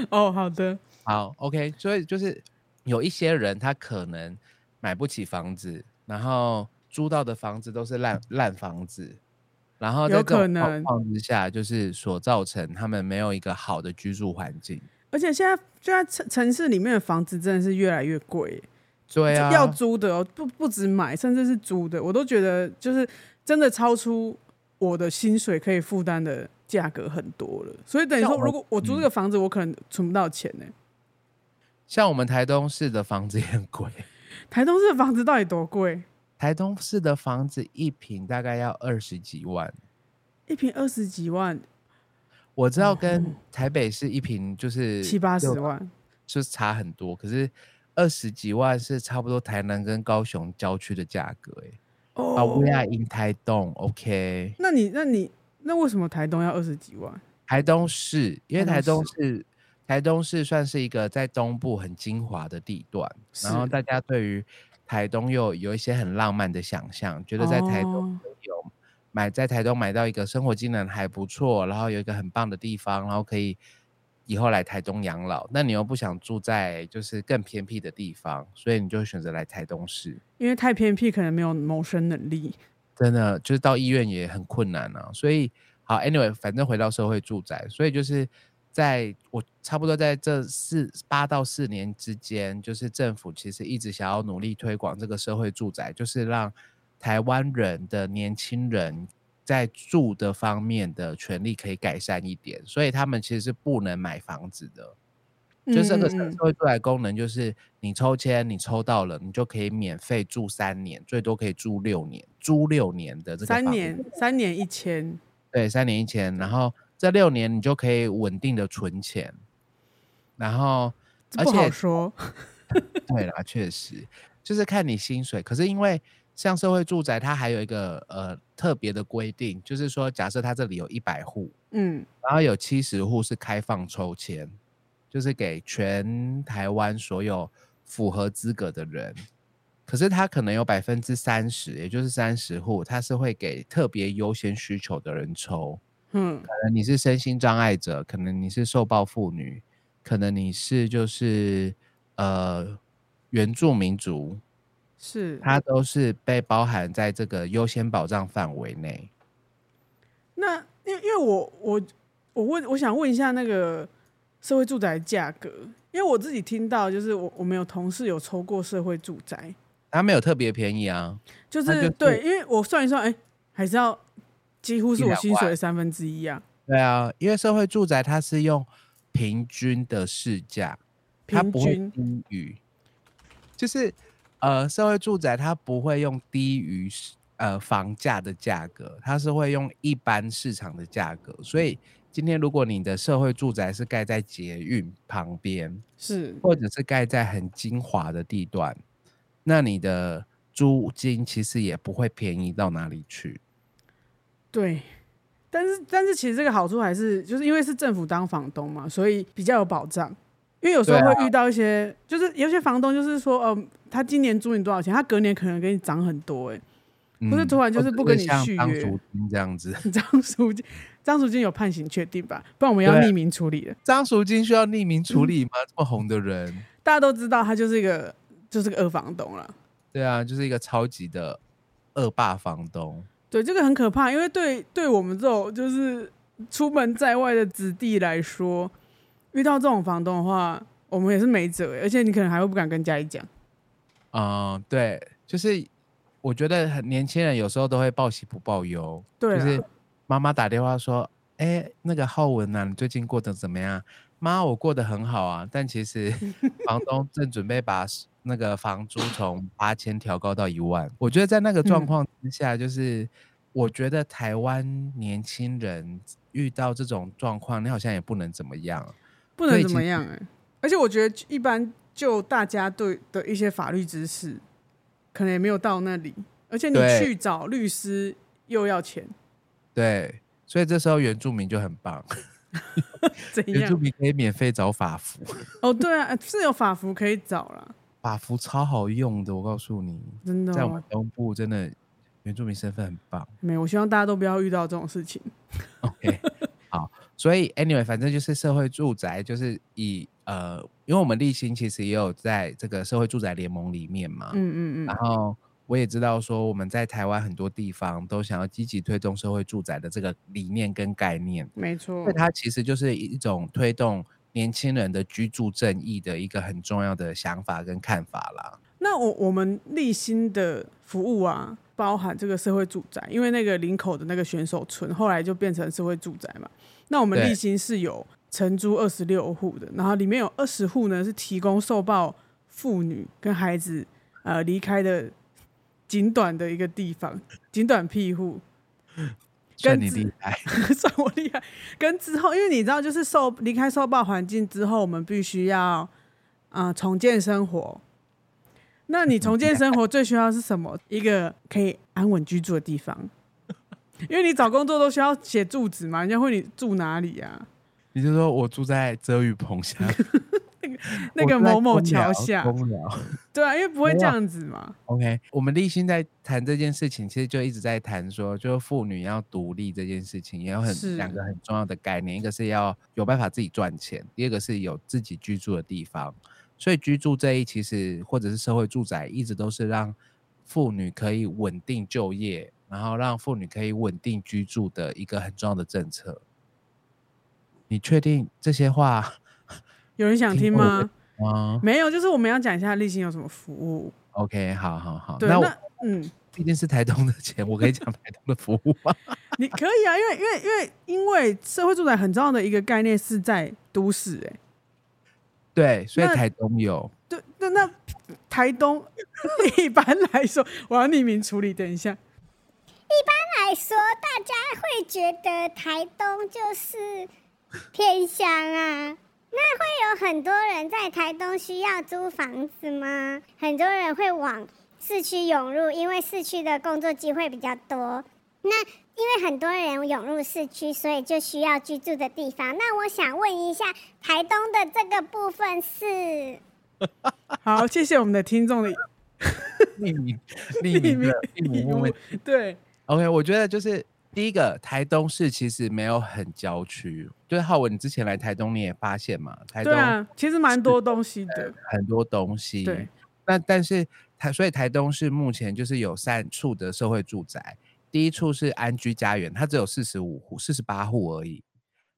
Speaker 2: 哦，好的，
Speaker 3: 好，OK，所以就是有一些人他可能买不起房子，然后租到的房子都是烂烂房子，然后在
Speaker 2: 嗯有
Speaker 3: 这种
Speaker 2: 可
Speaker 3: 状
Speaker 2: 能
Speaker 3: 况之下，就是所造成他们没有一个好的居住环境。
Speaker 2: 而且现在现在城城市里面的房子真的是越来越贵耶，
Speaker 3: 对
Speaker 2: 这
Speaker 3: 啊，
Speaker 2: 要租的哦，不不止买，甚至是租的，我都觉得就是真的超出我的薪水可以负担的价格很多了。所以等于
Speaker 3: 像
Speaker 2: 说，
Speaker 3: 我
Speaker 2: 如果我租这个房子，我可能存不到钱呢。
Speaker 3: 像我们台东市的房子也很贵，
Speaker 2: 台东市的房子到底多贵？
Speaker 3: 台东市的房子一平大概要二十几万。
Speaker 2: 一平二十几万，
Speaker 3: 嗯我知道跟台北市一平就是
Speaker 2: 嗯七八十
Speaker 3: 六
Speaker 2: 万，
Speaker 3: 就是差很多，可是二十几万是差不多台南跟高雄郊区的价格、欸，哎，啊，
Speaker 2: 哦
Speaker 3: 乌，亚银台东，OK，
Speaker 2: 那你那你那为什么台东要二十几万？
Speaker 3: 台东市，因为
Speaker 2: 台
Speaker 3: 台
Speaker 2: 东
Speaker 3: 东市，台东市算是一个在东部很精华的地段，然后
Speaker 2: 是
Speaker 3: 大家对于台东又有一些很浪漫的想象，觉得在台东
Speaker 2: 哦
Speaker 3: 可以有买在台东买到一个生活技能还不错，然后有一个很棒的地方，然后可以以后来台东养老。那你又不想住在就是更偏僻的地方，所以你就会选择来台东市。
Speaker 2: 因为太偏僻，可能没有谋生能力。
Speaker 3: 真的就是到医院也很困难啊。所以好，anyway，反正回到社会住宅，所以就是在我差不多在这四八到四年之间，就是政府其实一直想要努力推广这个社会住宅，就是让台湾人的年轻人。在住的方面的权利可以改善一点，所以他们其实是不能买房子的。就这个
Speaker 2: 嗯
Speaker 3: 社
Speaker 2: 嗯嗯
Speaker 3: 会住宅功能，就是你抽签，你抽到了，你就可以免费住三年，最多可以住六年，租六年的这个
Speaker 2: 三
Speaker 3: 房
Speaker 2: 年
Speaker 3: 子，
Speaker 2: 三年一千，
Speaker 3: 对，三年一千，然后这六年你就可以稳定的存钱，然后
Speaker 2: 这
Speaker 3: 而
Speaker 2: 不好
Speaker 3: 且
Speaker 2: 说。
Speaker 3: 对啦，确实就是看你薪水。可是因为像社会住宅，它还有一个呃特别的规定，就是说，假设它这里有一百户，
Speaker 2: 嗯，
Speaker 3: 然后有七十户是开放抽签，就是给全台湾所有符合资格的人。可是他可能有百分之三十，也就是三十户，他是会给特别优先需求的人抽。
Speaker 2: 嗯，
Speaker 3: 可能你是身心障碍者，可能你是受暴妇女，可能你是就是呃原住民族，
Speaker 2: 是。
Speaker 3: 它都是被包含在这个优先保障范围内。
Speaker 2: 那因为因为我我我问我想问一下那个社会住宅价格，因为我自己听到就是我我们有同事有抽过社会住宅，
Speaker 3: 它没有特别便宜啊，
Speaker 2: 就是
Speaker 3: 那就是
Speaker 2: 对，因为我算一算，哎、还是要几乎是
Speaker 3: 一
Speaker 2: 我
Speaker 3: 两
Speaker 2: 薪水
Speaker 3: 万
Speaker 2: 的三分之一啊，
Speaker 3: 对啊，因为社会住宅它是用平均的市价，它
Speaker 2: 平
Speaker 3: 不会
Speaker 2: 均
Speaker 3: 低于，就是呃，社会住宅它不会用低于市呃房价的价格，它是会用一般市场的价格。所以今天如果你的社会住宅是盖在捷运旁边，
Speaker 2: 是
Speaker 3: 或者是盖在很精华的地段，那你的租金其实也不会便宜到哪里去。
Speaker 2: 对。但是但是其实这个好处还是就是因为是政府当房东嘛，所以比较有保障。因为有时候
Speaker 3: 对啊
Speaker 2: 会遇到一些，就是有些房东就是说，哦、他今年租你多少钱，他隔年可能给你涨很多、哎，不是突然就
Speaker 3: 嗯或
Speaker 2: 是
Speaker 3: 者
Speaker 2: 不跟你
Speaker 3: 像
Speaker 2: 续
Speaker 3: 当
Speaker 2: 约
Speaker 3: 赎金这样子，
Speaker 2: 张淑金，张淑金有判刑确定吧？不然我们要
Speaker 3: 对啊
Speaker 2: 匿名处理了。
Speaker 3: 张赎金需要匿名处理吗？这么红的人，
Speaker 2: 大家都知道他就是一个就是个二房东了。
Speaker 3: 对啊，就是一个超级的恶霸房东。
Speaker 2: 对，这个很可怕，因为对对我们这种就是出门在外的子弟来说，遇到这种房东的话，我们也是没辙欸，而且你可能还会不敢跟家里讲。
Speaker 3: 嗯，对，就是我觉得很年轻人有时候都会报喜不报忧，
Speaker 2: 对啊
Speaker 3: 就是妈妈打电话说，哎、那个浩文呐、啊，你最近过得怎么样？妈，我过得很好啊，但 其实房东正准备把 s- 那个房租从八千调高到一万。我觉得在那个状
Speaker 2: 嗯
Speaker 3: 况之下，就是、我觉得台湾年轻人遇到这种状况，你好像也不能怎么样。
Speaker 2: 不
Speaker 3: 所
Speaker 2: 能
Speaker 3: 以
Speaker 2: 怎
Speaker 3: 其
Speaker 2: 么
Speaker 3: 实
Speaker 2: 样哎、而且我觉得一般就大家对的一些法律知识，可能也没有到那里，而且你
Speaker 3: 对
Speaker 2: 去找律师又要钱，
Speaker 3: 对，所以这时候原住民就很棒，
Speaker 2: 怎
Speaker 3: 原住
Speaker 2: 样？
Speaker 3: 民可以免费找法服。
Speaker 2: 哦，对啊，是有法服可以找啦，
Speaker 3: 法服超好用的，我告诉你，
Speaker 2: 真的、
Speaker 3: 在我们
Speaker 2: 哦。
Speaker 3: 东部真的原住民身份很棒。
Speaker 2: 没有，我希望大家都不要遇到这种事情。
Speaker 3: OK，好，所以 anyway，反正就是社会住宅，就是以呃，因为我们立新其实也有在这个社会住宅联盟里面嘛，
Speaker 2: 嗯嗯
Speaker 3: 然
Speaker 2: 嗯，
Speaker 3: 后我也知道说我们在台湾很多地方都想要积极推动社会住宅的这个理念跟概念，
Speaker 2: 没
Speaker 3: 因
Speaker 2: 错
Speaker 3: 为。它其实就是一种推动年轻人的居住正义的一个很重要的想法跟看法啦。
Speaker 2: 那我我们立新的服务啊，包含这个社会住宅，因为那个林口的那个选手村后来就变成社会住宅嘛。那我们
Speaker 3: 对
Speaker 2: 立新是有承租二十六户的，然后里面有二十户呢是提供受暴妇女跟孩子呃离开的紧短的一个地方，紧短庇护。
Speaker 3: 算
Speaker 2: 跟
Speaker 3: 你
Speaker 2: 自
Speaker 3: 厉害，
Speaker 2: 算我厉害。跟之后，因为你知道，就是受离开受暴环境之后，我们必须要呃重建生活。那你重建生活最需要的是什么？一个可以安稳居住的地方，因为你找工作都需要写住址嘛，人家会你住哪里啊？
Speaker 3: 你就说我住在遮雨棚下，
Speaker 2: 那
Speaker 3: 我
Speaker 2: 个
Speaker 3: 住在
Speaker 2: 某某
Speaker 3: 公
Speaker 2: 桥
Speaker 3: 寮
Speaker 2: 下，
Speaker 3: 公寮
Speaker 2: 对啊，因为不会
Speaker 3: 没有
Speaker 2: 这样子嘛。
Speaker 3: OK，我们立新在谈这件事情，其实就一直在谈说，就是妇女要独立这件事情，也有很两
Speaker 2: 是
Speaker 3: 个很重要的概念，一个是要有办法自己赚钱，第二个是有自己居住的地方。所以居住这一其实或者是社会住宅，一直都是让妇女可以稳定就业，然后让妇女可以稳定居住的一个很重要的政策。你确定这些话
Speaker 2: 有人想
Speaker 3: 听
Speaker 2: 听
Speaker 3: 过
Speaker 2: 吗？
Speaker 3: 吗？
Speaker 2: 没有，就是我们要讲一下立新有什么服务。
Speaker 3: OK，好好好，
Speaker 2: 对，
Speaker 3: 那
Speaker 2: 那
Speaker 3: 我
Speaker 2: 嗯，
Speaker 3: 毕竟是台东的钱，我可以讲台东的服务吗？
Speaker 2: 你可以啊，因为因为因为因为社会住宅很重要的一个概念是在都市、欸，哎，
Speaker 3: 对，所以
Speaker 2: 那
Speaker 3: 台 东有，
Speaker 2: 对，那那台东一般来说，我要匿名处理，等一下，
Speaker 5: 来说，大家会觉得台东就是偏乡啊。 那会有很多人在台东需要租房子吗？很多人会往市区涌入，因为市区的工作机会比较多。那因为很多人涌入市区，所以就需要居住的地方。那我想问一下，台东的这个部分是
Speaker 2: 好，谢谢我们的听众 的
Speaker 3: 匿名匿名的匿名问问。
Speaker 2: 对，
Speaker 3: OK，我觉得就是第一个，台东市其实没有很郊区，就是浩文，你之前来台东你也发现嘛，台东
Speaker 2: 对啊，其实蛮多东西的，
Speaker 3: 很多东西。
Speaker 2: 对，
Speaker 3: 那但是台，所以台东市目前就是有三处的社会住宅，第一处是安居家园，它只有四十五户、四十八户而已。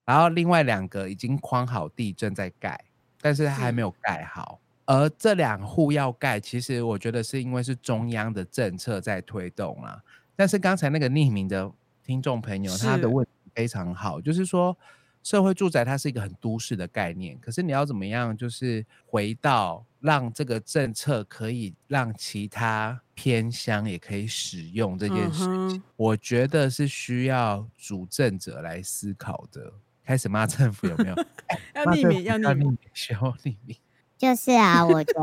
Speaker 3: 然后另外两个已经框好地，正在盖，但是还没有盖好。而这两户要盖，其实我觉得是因为是中央的政策在推动啦、但是刚才那个匿名的听众朋友，他
Speaker 2: 是
Speaker 3: 的问题非常好，就是说社会住宅它是一个很都市的概念，可是你要怎么样，就是回到让这个政策可以让其他偏乡也可以使用这件事
Speaker 2: 嗯
Speaker 3: 情，
Speaker 2: 哼
Speaker 3: 我觉得是需要主政者来思考的。开始骂政府有没有？
Speaker 2: 要
Speaker 3: 骂
Speaker 2: 匿
Speaker 3: 政
Speaker 2: 名，
Speaker 3: 府
Speaker 2: 要匿
Speaker 3: 匿
Speaker 2: 名，
Speaker 3: 名，需要匿名。
Speaker 5: 就是啊，我觉得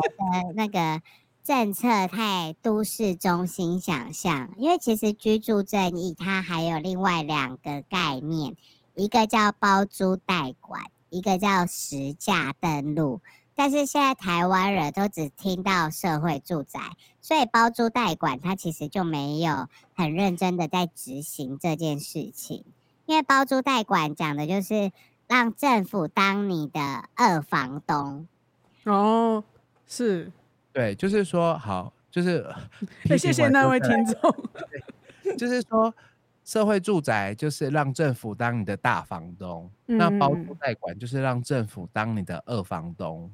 Speaker 5: 那个政策太都市中心想象，因为其实居住正义它还有另外两个概念，一个叫包租代管，一个叫实价登录。但是现在台湾人都只听到社会住宅，所以包租代管它其实就没有很认真的在执行这件事情，因为包租代管讲的就是让政府当你的二房东。
Speaker 2: 哦，是，
Speaker 3: 对，就是说好，就 是
Speaker 2: 哎、
Speaker 3: 批
Speaker 2: 谢
Speaker 3: 评
Speaker 2: 谢
Speaker 3: 完之
Speaker 2: 那
Speaker 3: 后
Speaker 2: 位
Speaker 3: 再来
Speaker 2: 听众，
Speaker 3: 就是说，社会住宅就是让政府当你的大房东，那包租
Speaker 2: 嗯
Speaker 3: 代管就是让政府当你的二房东。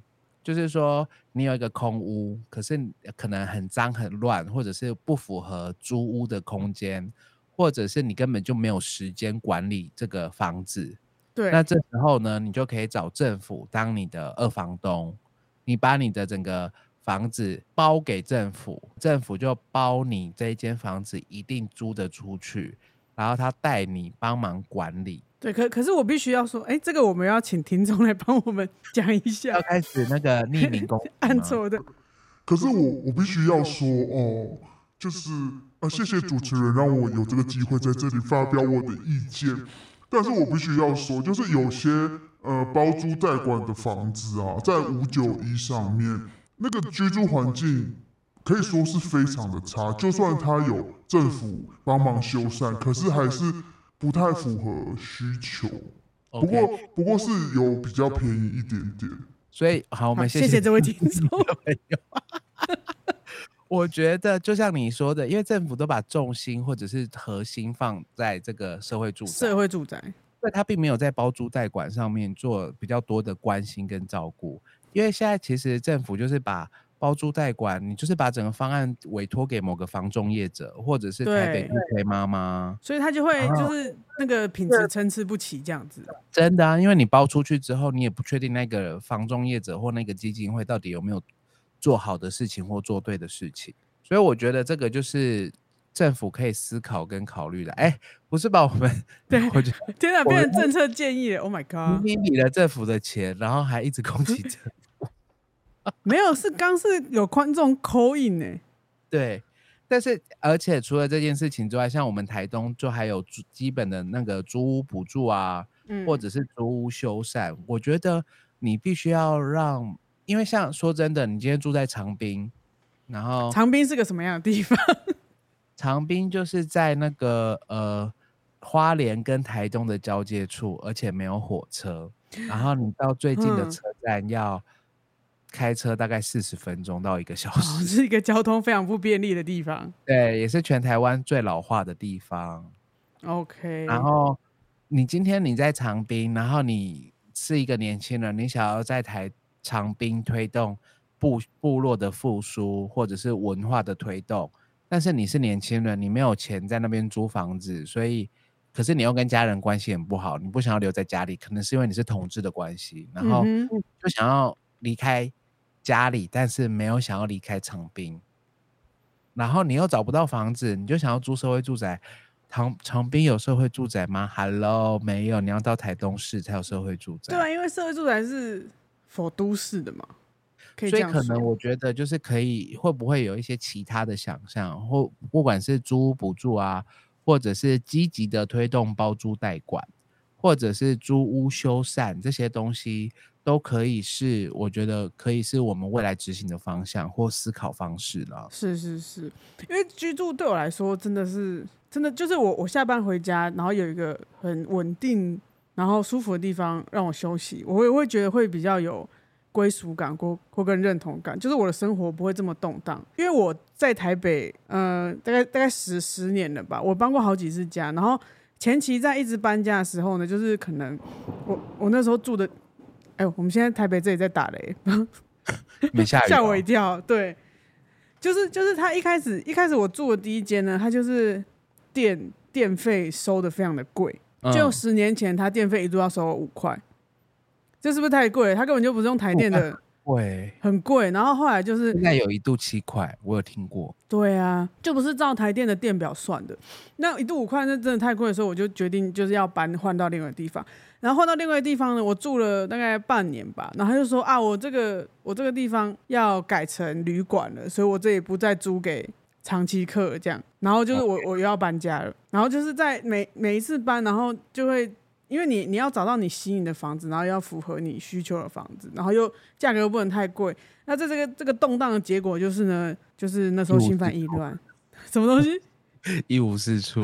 Speaker 3: 就是说，你有一个空屋，可是你可能很脏很乱，或者是不符合租屋的空间，或者是你根本就没有时间管理这个房子。
Speaker 2: 对，
Speaker 3: 那这时候呢，你就可以找政府当你的二房东，你把你的整个房子包给政府，政府就包你这一间房子一定租得出去，然后他带你帮忙管理。
Speaker 2: 对，可可是我必须要说，哎、这个我们要请听众来帮我们讲一下
Speaker 3: 要开始那个匿名公
Speaker 2: 按
Speaker 3: 布吗
Speaker 2: 错的，
Speaker 4: 可是我我必须要说哦，就是啊，谢谢主持人让我有这个机会在这里发表我的意见。但是我必须要说，就是有些呃包租代管的房子啊，在五九一上面那个居住环境可以说是非常的差。就算它有政府帮忙修缮，可是还是不太符合需求。不
Speaker 3: ？OK，
Speaker 4: 过不过是有比较便宜一点点。
Speaker 3: 所以好，
Speaker 2: 好
Speaker 3: 我们
Speaker 2: 谢
Speaker 3: 谢
Speaker 2: 这位听众。
Speaker 3: 我觉得就像你说的，因为政府都把重心或者是核心放在这个社会住宅
Speaker 2: 社，会住宅，
Speaker 3: 对他并没有在包租代管上面做比较多的关心跟照顾，因为现在其实政府就是把包租代管，你就是把整个方案委托给某个房仲业者，或者是台北
Speaker 2: 对
Speaker 3: 地陪妈妈。
Speaker 2: 所以他就会
Speaker 3: 啊
Speaker 2: 就是那个品质参差不齐这样子。
Speaker 3: 真的啊，因为你包出去之后，你也不确定那个房仲业者或那个基金会到底有没有做好的事情或做对的事情，所以我觉得这个就是政府可以思考跟考虑的。哎，不是把我们，
Speaker 2: 对
Speaker 3: 我觉得
Speaker 2: 天啊，
Speaker 3: 我
Speaker 2: 变成政策建议了，Oh my
Speaker 3: 明
Speaker 2: god！
Speaker 3: 明领了政府的钱，然后还一直 攻击政
Speaker 2: 没有，是刚是有观众口音呢，
Speaker 3: 对，但是而且除了这件事情之外，像我们台东就还有租基本的那个租屋补助啊，
Speaker 2: 嗯，
Speaker 3: 或者是租屋修缮，我觉得你必须要让，因为像说真的，你今天住在长滨，然后
Speaker 2: 长滨是个什么样的地 方？
Speaker 3: 长滨就是在那个呃花莲跟台东的交界处，而且没有火车，然后你到最近的
Speaker 2: 嗯
Speaker 3: 车站要开车大概四十分钟到一个小
Speaker 2: 哦，
Speaker 3: 时。
Speaker 2: 是一个交通非常不便利的地方。
Speaker 3: 对，也是全台湾最老化的地方。
Speaker 2: OK，
Speaker 3: 然后你今天你在长滨，然后你是一个年轻人，你想要在台长滨推动部部落的复苏，或者是文化的推动，但是你是年轻人，你没有钱在那边租房子，所以。可是你又跟家人关系很不好，你不想要留在家里，可能是因为你是同志的关系，然后
Speaker 2: 嗯哼
Speaker 3: 就想要离开家里，但是没有想要离开长滨，然后你又找不到房子，你就想要租社会住宅。长长滨有社会住宅吗？Hello，没有，你要到台东市才有社会住宅。
Speaker 2: 对啊，因为社会住宅是否都市的嘛，可以这
Speaker 3: 所以
Speaker 2: 样
Speaker 3: 可能
Speaker 2: 说
Speaker 3: 我觉得就是可以，会不会有一些其他的想象，或不管是租屋补助啊，或者是积极的推动包租代管，或者是租屋修缮这些东西，都可以是我觉得可以是我们未来执行的方向或思考方式了。
Speaker 2: 是是是，因为居住对我来说真的是真的就是我我下班回家，然后有一个很稳定然后舒服的地方让我休息，我会我会觉得会比较有归属感或或跟认同感，就是我的生活不会这么动荡。因为我在台北，呃，大概大概十十年了吧，我搬过好几次家，然后前期在一直搬家的时候呢，就是可能我我那时候住的，哎、我们现在台北这里在打雷，
Speaker 3: 没下雨、
Speaker 2: 吓我一。跳。对，就是就是他一开始一开始我住的第一间呢，他就是电电费收的非常的贵，就
Speaker 3: 嗯、
Speaker 2: 十年前他电费一度要收我五块，这是不是太贵了？他根本就不是用台电的，
Speaker 3: 对，
Speaker 2: 很贵。然后后来就是
Speaker 3: 现在有一度七块，我有听 过。
Speaker 2: 对啊，就不是照台电的电表算的。那一度五块，那真的太贵的时候，我就决定就是要搬换到另外一个地方。然后换到另外一个地方呢，我住了大概半年吧。然后他就说啊，我这个我这个地方要改成旅馆了，所以我这里不再租给长期客了这样。然后就是我我又要搬家了。然后就是在每每一次搬，然后就会因为你你要找到你吸引的房子，然后要符合你需求的房子，然后又价格又不能太贵。那在这个这个动荡的结果就是呢，就是那时候
Speaker 3: 一无
Speaker 2: 心烦
Speaker 3: 是
Speaker 2: 意乱，什么东西？
Speaker 3: 一无 是处，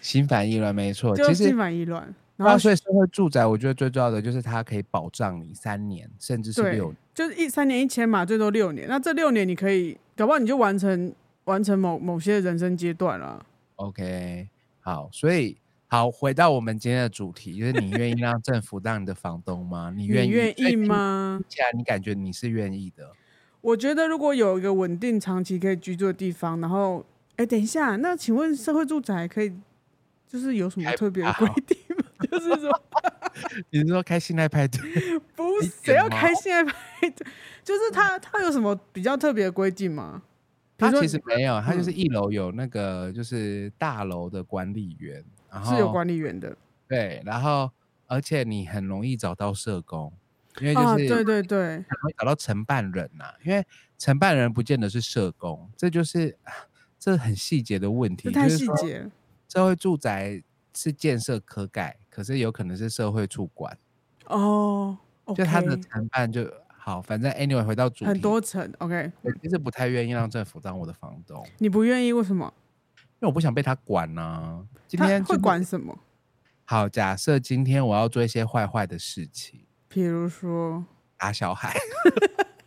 Speaker 3: 心烦意乱，没错。
Speaker 2: 就
Speaker 3: 其实
Speaker 2: 心烦意乱。然
Speaker 3: 然
Speaker 2: 后
Speaker 3: 后，所以社会住宅，我觉得最重要的就是它可以保障你三年，甚至是
Speaker 2: 对
Speaker 3: 六年。
Speaker 2: 就是一三年一千嘛，最多六年。那这六年你可以，搞不好你就完成完成某某些人生阶段了。
Speaker 3: OK，好，所以好，回到我们今天的主题，就是你 愿意让政府当你的房东吗？你
Speaker 2: 你
Speaker 3: 愿意？哎嗯
Speaker 2: 愿
Speaker 3: 所以
Speaker 2: 意
Speaker 3: 听
Speaker 2: 吗？
Speaker 3: 起来你感觉你是愿意 的，
Speaker 2: 我觉得如果有一个稳定、长期可以居住的地方，然后，哎，等一下，那请问社会住宅可以就是有什么
Speaker 3: 开
Speaker 2: 特别的
Speaker 3: 发
Speaker 2: 规定吗？ 就是 说，
Speaker 3: 你是说开信赖派对？
Speaker 2: 不
Speaker 3: 理
Speaker 2: 是
Speaker 3: 解
Speaker 2: 谁要
Speaker 3: 吗
Speaker 2: 开现在拍的， 就是它它有什么比较特别的规定吗？比
Speaker 3: 他
Speaker 2: 如说
Speaker 3: 其实没有，他就是
Speaker 2: 嗯
Speaker 3: 一楼有那个就是大楼的管理员，然后
Speaker 2: 是有管理员的
Speaker 3: 对，然后而且你很容易找到社工，因为就
Speaker 2: 啊，
Speaker 3: 是
Speaker 2: 对对对，
Speaker 3: 很容易找到承办人呐、因为承办人不见得是社工，这就是啊这很细节的问题，
Speaker 2: 这太
Speaker 3: 就是
Speaker 2: 细
Speaker 3: 说
Speaker 2: 节了
Speaker 3: 社会住宅是建设科盖，可是有可能是社会处管，
Speaker 2: 哦。
Speaker 3: 就
Speaker 2: OK，
Speaker 3: 他的承办就好。反正 anyway 回到主题，
Speaker 2: 很多层，OK，
Speaker 3: 我其实不太愿意让政府当我的房东，因
Speaker 2: 你不愿意为什么？
Speaker 3: 为我不想被他管呐。今
Speaker 2: 他
Speaker 3: 天
Speaker 2: 会
Speaker 3: 就是
Speaker 2: 管什么？
Speaker 3: 好，假设今天我要做一些坏坏的事情，
Speaker 2: 比如说，
Speaker 3: 打小孩。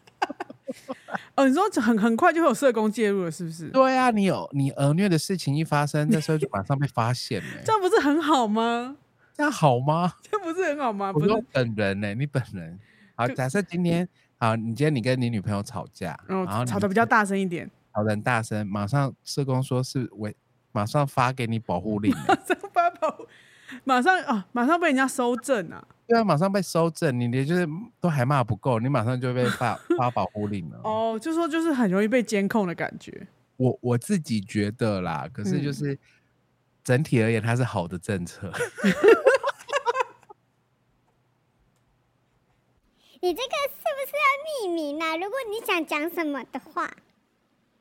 Speaker 2: 哦，你说很很快就会有社工介入了，是不是？
Speaker 3: 对啊，你有你儿虐的事情一发生，这时候就马上被发现了、
Speaker 2: 这样不是很好吗？
Speaker 3: 这样好吗？
Speaker 2: 这不是很好吗？
Speaker 3: 我
Speaker 2: 啊不是
Speaker 3: 说，本人呢、你本人。好，
Speaker 2: 就
Speaker 3: 假设今天好，你今天你跟你女朋友吵架，
Speaker 2: 然
Speaker 3: 然后
Speaker 2: 后
Speaker 3: 你
Speaker 2: 哦吵得比较大声一点，
Speaker 3: 吵得很大声，马上社工说是违，马上发给你保护令、 欸，
Speaker 2: 这样把保马上啊，马上被人家收证啊。
Speaker 3: 对啊，马上被收证，你连就是都还骂不够，你马上就被 发发保护令了。
Speaker 2: 哦，就说就是很容易被监控的感觉。
Speaker 3: 我我自己觉得啦，可是就
Speaker 2: 嗯
Speaker 3: 是整体而言，它是好的政策。
Speaker 5: 你这个是不是要匿名啊？如果你想讲什么的话，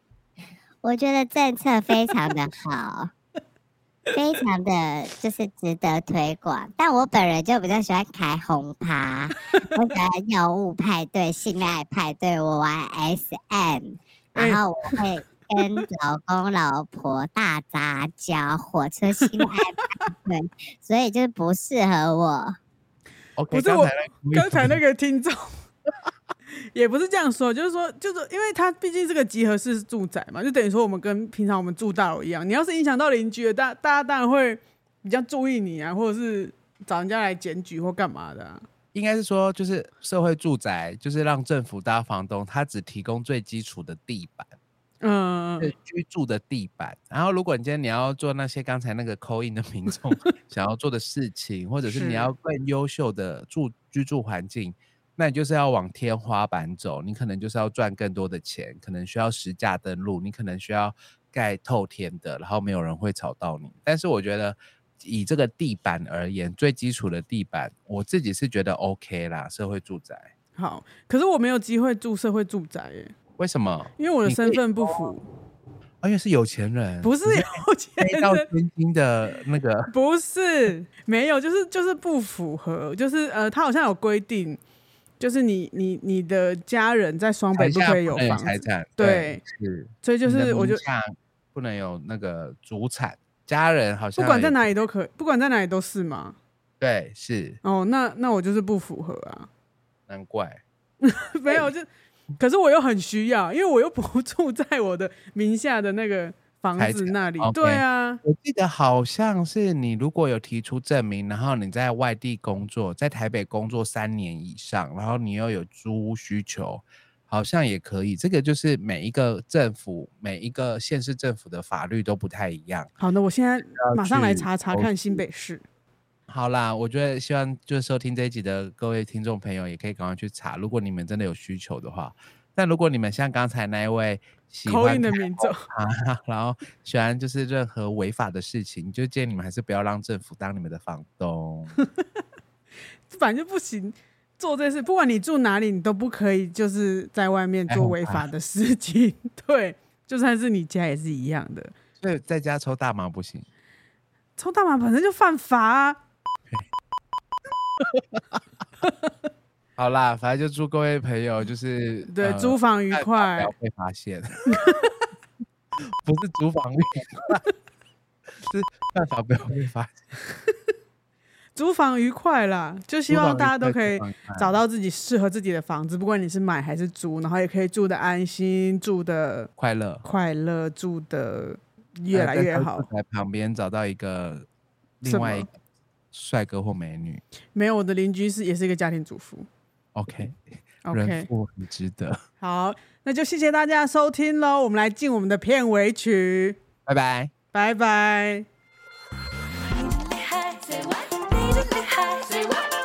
Speaker 5: 我觉得政策非常的好， 非常的就是值得推广。但我本人就比较喜欢开红 趴，我喜欢药物派对、性爱派对，我玩 SM，
Speaker 2: 哎
Speaker 5: 然后我会跟老公老婆大杂交、火车性爱派对， 所以就是不适合我。
Speaker 3: OK，
Speaker 2: 是
Speaker 3: 刚
Speaker 2: 我
Speaker 3: 才那个
Speaker 2: 刚才那个听众 也不是这样说，就是说，就是因为它毕竟是个集合式住宅嘛，就等于说我们跟平常我们住大楼一样，你要是影响到邻居了，大大家当然会比较注意你啊，或者是找人家来检举或干嘛的、啊。
Speaker 3: 应该是说，就是社会住宅，就是让政府当房东，它只提供最基础的地板，
Speaker 2: 嗯，
Speaker 3: 是居住的地板。然后，如果你今天你要做那些刚才那个扣印的民 众想要做的事情，或者是
Speaker 2: 是
Speaker 3: 你要更优秀的住居住环境，那你就是要往天花板走。你可能就是要赚更多的钱，可能需要实价登录，你可能需要盖透天的，然后没有人会吵到你。但是我觉得。以这个地板而言，最基础的地板，我自己是觉得 OK 啦，社会住宅。
Speaker 2: 好，可是我没有机会住社会住宅耶、
Speaker 3: 为什么？
Speaker 2: 因为我的
Speaker 3: 你可以
Speaker 2: 身份不符，
Speaker 3: 啊因为是有钱人，
Speaker 2: 不是
Speaker 3: 你
Speaker 2: 有钱
Speaker 3: 飞 到
Speaker 2: 人。
Speaker 3: 天津的那个
Speaker 2: 不是，没有，就是就是不符合，就是呃，他好像有规定，就是你你你的家人在双北
Speaker 3: 台嗯
Speaker 2: 不
Speaker 3: 下
Speaker 2: 可以有
Speaker 3: 能
Speaker 2: 房
Speaker 3: 财
Speaker 2: 子，
Speaker 3: 产，
Speaker 2: 对，
Speaker 3: 是，
Speaker 2: 所以就
Speaker 3: 你的
Speaker 2: 是我
Speaker 3: 名
Speaker 2: 就
Speaker 3: 下不能有那个主产，家人好像
Speaker 2: 不管在
Speaker 3: 也
Speaker 2: 哪里都可，不管在哪里都是嘛。
Speaker 3: 对，是
Speaker 2: 哦，那那我就是不符合啊，
Speaker 3: 难怪。
Speaker 2: 没有就，可是我又很需要，因为我又不住在我的名下的那个房
Speaker 3: 财
Speaker 2: 子
Speaker 3: 产
Speaker 2: 那里，
Speaker 3: 哦，OK
Speaker 2: 对啊，
Speaker 3: 我记得好像是你如果有提出证明，然后你在外地工作，在台北工作三年以上，然后你又有租屋需求，好像也可以。这个就是每一个政府、每一个县市政府的法律都不太一样。
Speaker 2: 好，那我现在马上来
Speaker 3: 去
Speaker 2: 查查
Speaker 3: 投
Speaker 2: 看新北市。
Speaker 3: 好啦，我觉得希望就是收听这一集的各位听众朋友，也可以赶快去查，如果你们真的有需求的话。但如果你们像刚才那一位喜
Speaker 2: 口
Speaker 3: 欢
Speaker 2: 音的
Speaker 3: 开
Speaker 2: 民
Speaker 3: 红
Speaker 2: 众
Speaker 3: 趴 然后喜欢就是任何违法的事情，就建议你们还是不要让政府当你们的房 东。
Speaker 2: 反正就不行做这事，不管你住哪里，你都不可以就是在外面
Speaker 3: 哎
Speaker 2: 做
Speaker 3: 很
Speaker 2: 违
Speaker 3: 怕
Speaker 2: 法的事情。对，就算是你家也是一样的，
Speaker 3: 所以在家抽大麻不行。
Speaker 2: 抽大麻本身就犯法啊。
Speaker 3: 好啦，反正就祝各位朋友 就是
Speaker 2: 对，
Speaker 3: 呃
Speaker 2: 租房愉
Speaker 3: 犯法不
Speaker 2: 快
Speaker 3: 要，被 发现。不是租房愉快，是 办法不要被发现。
Speaker 2: 租房愉快啦。就希
Speaker 3: 租
Speaker 2: 望
Speaker 3: 房愉
Speaker 2: 大家都可以
Speaker 3: 快租房愉快
Speaker 2: 找到自己适合自己的房子，不管你是买还是租，然后也可以住的安心，住的
Speaker 3: 快乐。
Speaker 2: 快乐，住的越来
Speaker 3: 呃在
Speaker 2: 越
Speaker 3: 他
Speaker 2: 好
Speaker 3: 住。宅旁边找到一个
Speaker 2: 什
Speaker 3: 另外一
Speaker 2: 么
Speaker 3: 个帅哥或美女
Speaker 2: 没有，我的邻居是也是一个家庭主妇。
Speaker 3: ，OK，, 人
Speaker 2: OK，
Speaker 3: 夫很值得。
Speaker 2: 好，那就谢谢大家的收听喽。我们来进我们的片尾曲，
Speaker 3: 拜拜。
Speaker 2: 拜拜。
Speaker 1: 你真厉害，Say what？你真厉害，Say what？